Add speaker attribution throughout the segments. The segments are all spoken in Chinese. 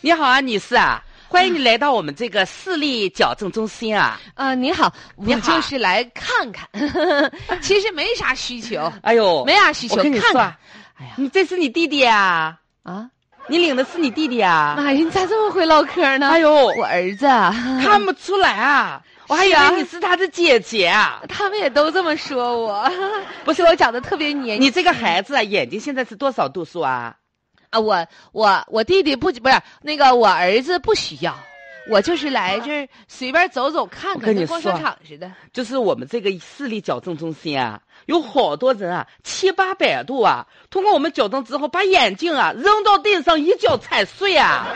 Speaker 1: 你好啊，女士啊，欢迎你来到我们这个视力矫正中心啊！
Speaker 2: 呃，你好，
Speaker 1: 你
Speaker 2: 我
Speaker 1: 好
Speaker 2: 就是来看 看，其实没啥需求，
Speaker 1: 哎呦，
Speaker 2: 没啥需求，
Speaker 1: 我跟你
Speaker 2: 看
Speaker 1: 说
Speaker 2: 看
Speaker 1: 啊，
Speaker 2: 哎呀
Speaker 1: 你这是你弟弟啊？
Speaker 2: 啊，
Speaker 1: 你领的是你弟弟啊？
Speaker 2: 妈呀，你咋这么会唠嗑呢？
Speaker 1: 哎呦，
Speaker 2: 我儿子啊，
Speaker 1: 看不出来啊，我还以
Speaker 2: 是啊
Speaker 1: 为你是他的姐姐啊。
Speaker 2: 他们也都这么 说我，不是我长得特别黏
Speaker 1: 你这个孩子啊，眼睛现在是多少度数啊？
Speaker 2: 啊，我我我弟弟不不是那个我儿子不需要，我就是来这儿随便走走看
Speaker 1: 我
Speaker 2: 看，
Speaker 1: 跟你
Speaker 2: 跟逛
Speaker 1: 说
Speaker 2: 商场似的。
Speaker 1: 就是我们这个视力矫正中心啊，有好多人啊，七八百度啊，通过我们矫正之后，把眼镜啊扔到地上，一脚踩碎啊。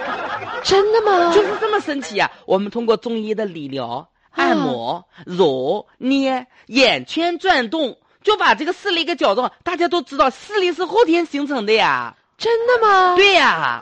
Speaker 2: 真的 吗
Speaker 1: 就是这么神奇啊！我们通过中医的理疗、
Speaker 2: 嗯
Speaker 1: 按摩、揉、捏、眼圈转动，就把这个视力给矫正。大家都知道，视力是后天形成的呀。
Speaker 2: 真的吗？
Speaker 1: 对呀、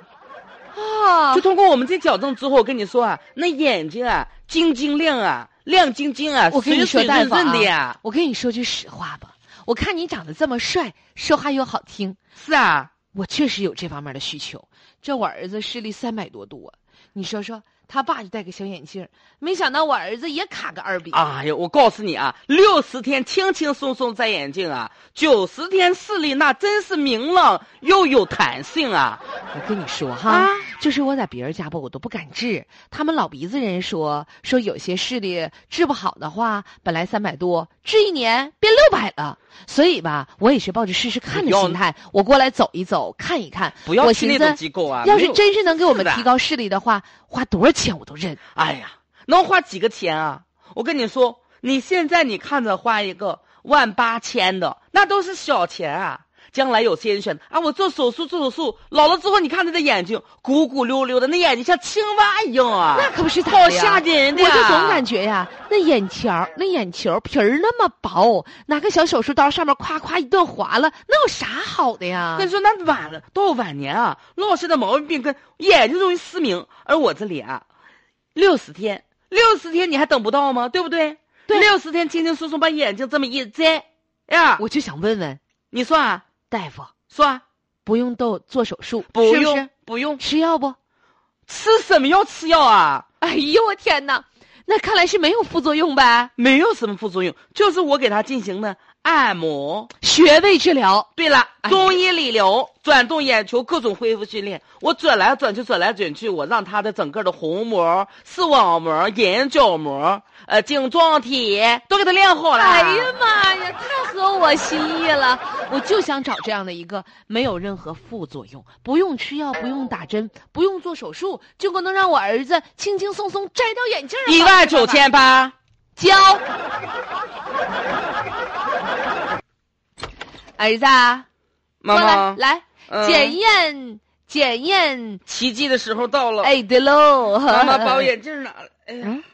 Speaker 2: 啊
Speaker 1: 就，通过我们这矫正之后，我跟你说啊，那眼睛啊，晶晶亮啊，亮晶晶啊，
Speaker 2: 我跟你说，
Speaker 1: 水水
Speaker 2: 大
Speaker 1: 润
Speaker 2: 夫啊
Speaker 1: 润的呀。
Speaker 2: 我跟你说句实话吧，我看你长得这么帅，说话又好听，
Speaker 1: 是啊，
Speaker 2: 我确实有这方面的需求。这我儿子视力三百多度啊，你说说，他爸就戴个小眼镜儿，没想到我儿子也卡个二鼻。
Speaker 1: 哎呦，我告诉你啊，六十天轻轻松松摘眼镜啊，九十天视力那真是明朗又有弹性啊。
Speaker 2: 我跟你说哈，
Speaker 1: 啊
Speaker 2: 就是我在别人家吧，我都不敢治。他们老鼻子人说说有些视力治不好的话，本来三百多，治一年变六百了。所以吧，我也是抱着试试看
Speaker 1: 不
Speaker 2: 的
Speaker 1: 要
Speaker 2: 心态，我过来走一走，看一看。
Speaker 1: 不要
Speaker 2: 我
Speaker 1: 去
Speaker 2: 寻
Speaker 1: 那
Speaker 2: 思
Speaker 1: 种机构啊，
Speaker 2: 要
Speaker 1: 没
Speaker 2: 是
Speaker 1: 有
Speaker 2: 真是能给我们
Speaker 1: 是的
Speaker 2: 提高视力的话，花多少钱我都认。
Speaker 1: 哎呀，能花几个钱啊？我跟你说，你现在你看着花一个万八千的，那都是小钱啊。将来有些人选啊，我做手术做手术，老了之后你看他的眼睛鼓鼓溜溜的，那眼睛像青蛙一样啊，
Speaker 2: 那可不是咋
Speaker 1: 好
Speaker 2: 的呀
Speaker 1: 吓人的呀。
Speaker 2: 我就总感觉呀，那眼球那眼球皮儿那么薄，拿个小手术刀上面夸夸一顿划了，那有啥好的呀
Speaker 1: 我跟？你说，那晚了到晚年啊，落下的毛病跟眼睛容易失明，而我这里啊，六十天，六十天你还等不到吗？对不对？
Speaker 2: 对
Speaker 1: 六十天轻轻松松把眼睛这么一摘，呀，
Speaker 2: 我就想问问
Speaker 1: 你算啊，
Speaker 2: 大夫，
Speaker 1: 算啊。
Speaker 2: 不用动做手术，
Speaker 1: 不
Speaker 2: 是
Speaker 1: 用
Speaker 2: 是
Speaker 1: 不用，
Speaker 2: 吃药不？
Speaker 1: 吃什么药吃药啊？
Speaker 2: 哎呦我天哪，那看来是没有副作用呗？
Speaker 1: 没有什么副作用，就是我给他进行的按摩。
Speaker 2: 穴位治疗，
Speaker 1: 对了，
Speaker 2: 哎
Speaker 1: 中医理疗、转动眼球、各种恢复训练，我转来转去，转来转去，我让他的整个的虹膜、视网膜、眼角膜、呃晶状体都给他练好了。
Speaker 2: 哎 呀妈呀，太合我心意了！我就想找这样的一个没有任何副作用，不用吃药，不用打针，不用做手术，就能让我儿子轻轻松松摘掉眼镜儿。
Speaker 1: 一万九千八，
Speaker 2: 交。 儿子啊，
Speaker 1: 妈妈，
Speaker 2: 来来
Speaker 1: 嗯
Speaker 2: 检验检验，
Speaker 1: 奇迹的时候到了。
Speaker 2: 哎对喽，
Speaker 1: 哦妈妈把我 眼镜拿了。哎呀，
Speaker 2: 嗯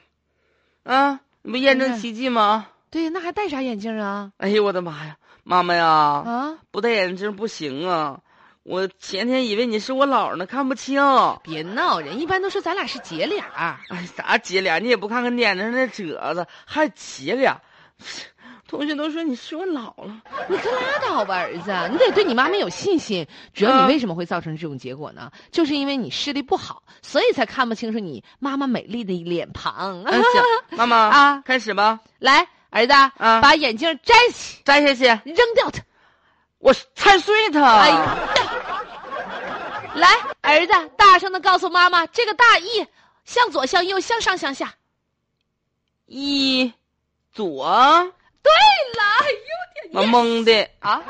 Speaker 1: 啊，你不验证
Speaker 2: 嗯
Speaker 1: 奇迹吗？
Speaker 2: 对，那还戴啥眼镜啊？
Speaker 1: 哎呦我的妈呀，妈妈呀！
Speaker 2: 啊，
Speaker 1: 不戴眼镜不行啊！我前天以为你是我姥儿呢，看不清。
Speaker 2: 别闹人，一般都说咱俩是姐俩儿。
Speaker 1: 哎，啥姐俩？你也不看看脸上那褶子，还姐俩？ 同学都说你是我姥了。
Speaker 2: 你可拉倒吧，儿子，你得对你妈妈有信心。主要
Speaker 1: 嗯
Speaker 2: 你为什么会造成这种结果呢？就是因为你视力不好，所以才看不清楚你妈妈美丽的脸庞。
Speaker 1: 嗯，行，妈妈
Speaker 2: 啊
Speaker 1: 开始吧，
Speaker 2: 来，儿子，
Speaker 1: 啊
Speaker 2: 把眼镜摘起，
Speaker 1: 摘下去，
Speaker 2: 扔掉它。
Speaker 1: 我踩碎它。
Speaker 2: 哎呀，来，儿子，大声的告诉妈妈这个大意，向左，向右，向上，向下。
Speaker 1: 一左，
Speaker 2: 对了，哎呦
Speaker 1: 我懵的。
Speaker 2: 啊！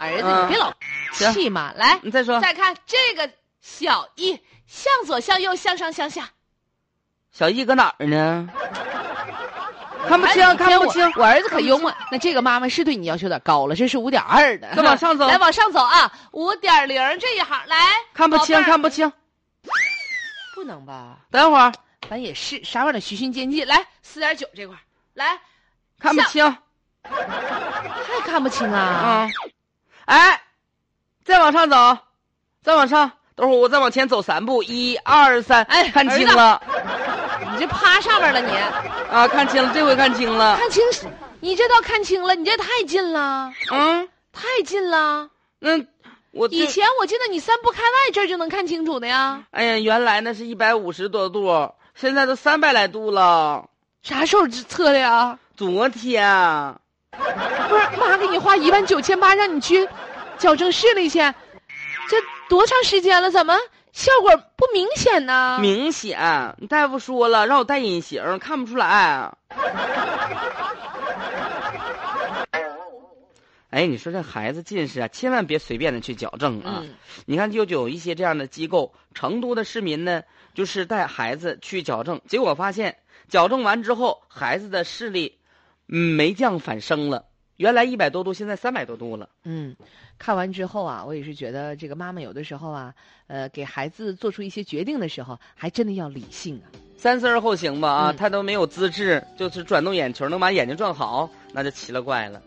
Speaker 2: 儿子，
Speaker 1: 嗯
Speaker 2: 你别老
Speaker 1: 行嗯
Speaker 2: 气嘛，来。
Speaker 1: 你再说，
Speaker 2: 再看这个小翼，向左向右向上向下，
Speaker 1: 小易搁哪儿呢？看不清
Speaker 2: 哎，你
Speaker 1: 看
Speaker 2: 骗
Speaker 1: 不
Speaker 2: 我
Speaker 1: 清。
Speaker 2: 我儿子可幽默。那这个妈妈是对你要求有点高了，这是五点二的。
Speaker 1: 再往上走
Speaker 2: 来往上走啊，五点零这一行来。
Speaker 1: 看不清，
Speaker 2: 宝贝儿
Speaker 1: 看不清。
Speaker 2: 不能吧？
Speaker 1: 等会儿，
Speaker 2: 咱也是，啥玩意儿得循序渐进。来，四点九这块儿来，
Speaker 1: 看不
Speaker 2: 像
Speaker 1: 清。
Speaker 2: 太哎看不清啊。
Speaker 1: 嗯，哎，再往上走，再往上，等会儿我再往前走三步，一二三，
Speaker 2: 哎
Speaker 1: 看清了
Speaker 2: 啊你这趴上面了你，
Speaker 1: 啊，看清了，这回看清了，
Speaker 2: 看清，你这倒看清了，你这太近了，
Speaker 1: 嗯，
Speaker 2: 太近了。
Speaker 1: 那我
Speaker 2: 以
Speaker 1: 这
Speaker 2: 前我记得你三不开外这儿就能看清楚的呀，
Speaker 1: 哎呀，原来那是一百五十多度，现在都三百来度了。
Speaker 2: 啥时候测的呀？
Speaker 1: 昨天
Speaker 2: 啊不是妈给你花一万九千八让你去矫正视力去，这多长时间了？怎么效果不明显呢？
Speaker 1: 明显，大夫说了让我戴隐形，看不出来。 哎，你说这孩子近视啊，千万别随便的去矫正啊！
Speaker 2: 嗯
Speaker 1: 你看，就就有一些这样的机构，成都的市民呢，就是带孩子去矫正，结果发现矫正完之后，孩子的视力，嗯，没降反升了。原来一百多度，现在三百多度了。
Speaker 2: 嗯，看完之后啊，我也是觉得这个妈妈有的时候啊，呃，给孩子做出一些决定的时候，还真的要理性啊。
Speaker 1: 三思而后行吧啊！
Speaker 2: 嗯
Speaker 1: 他都没有资质，就是转动眼球能把眼睛转好，那就奇了怪了。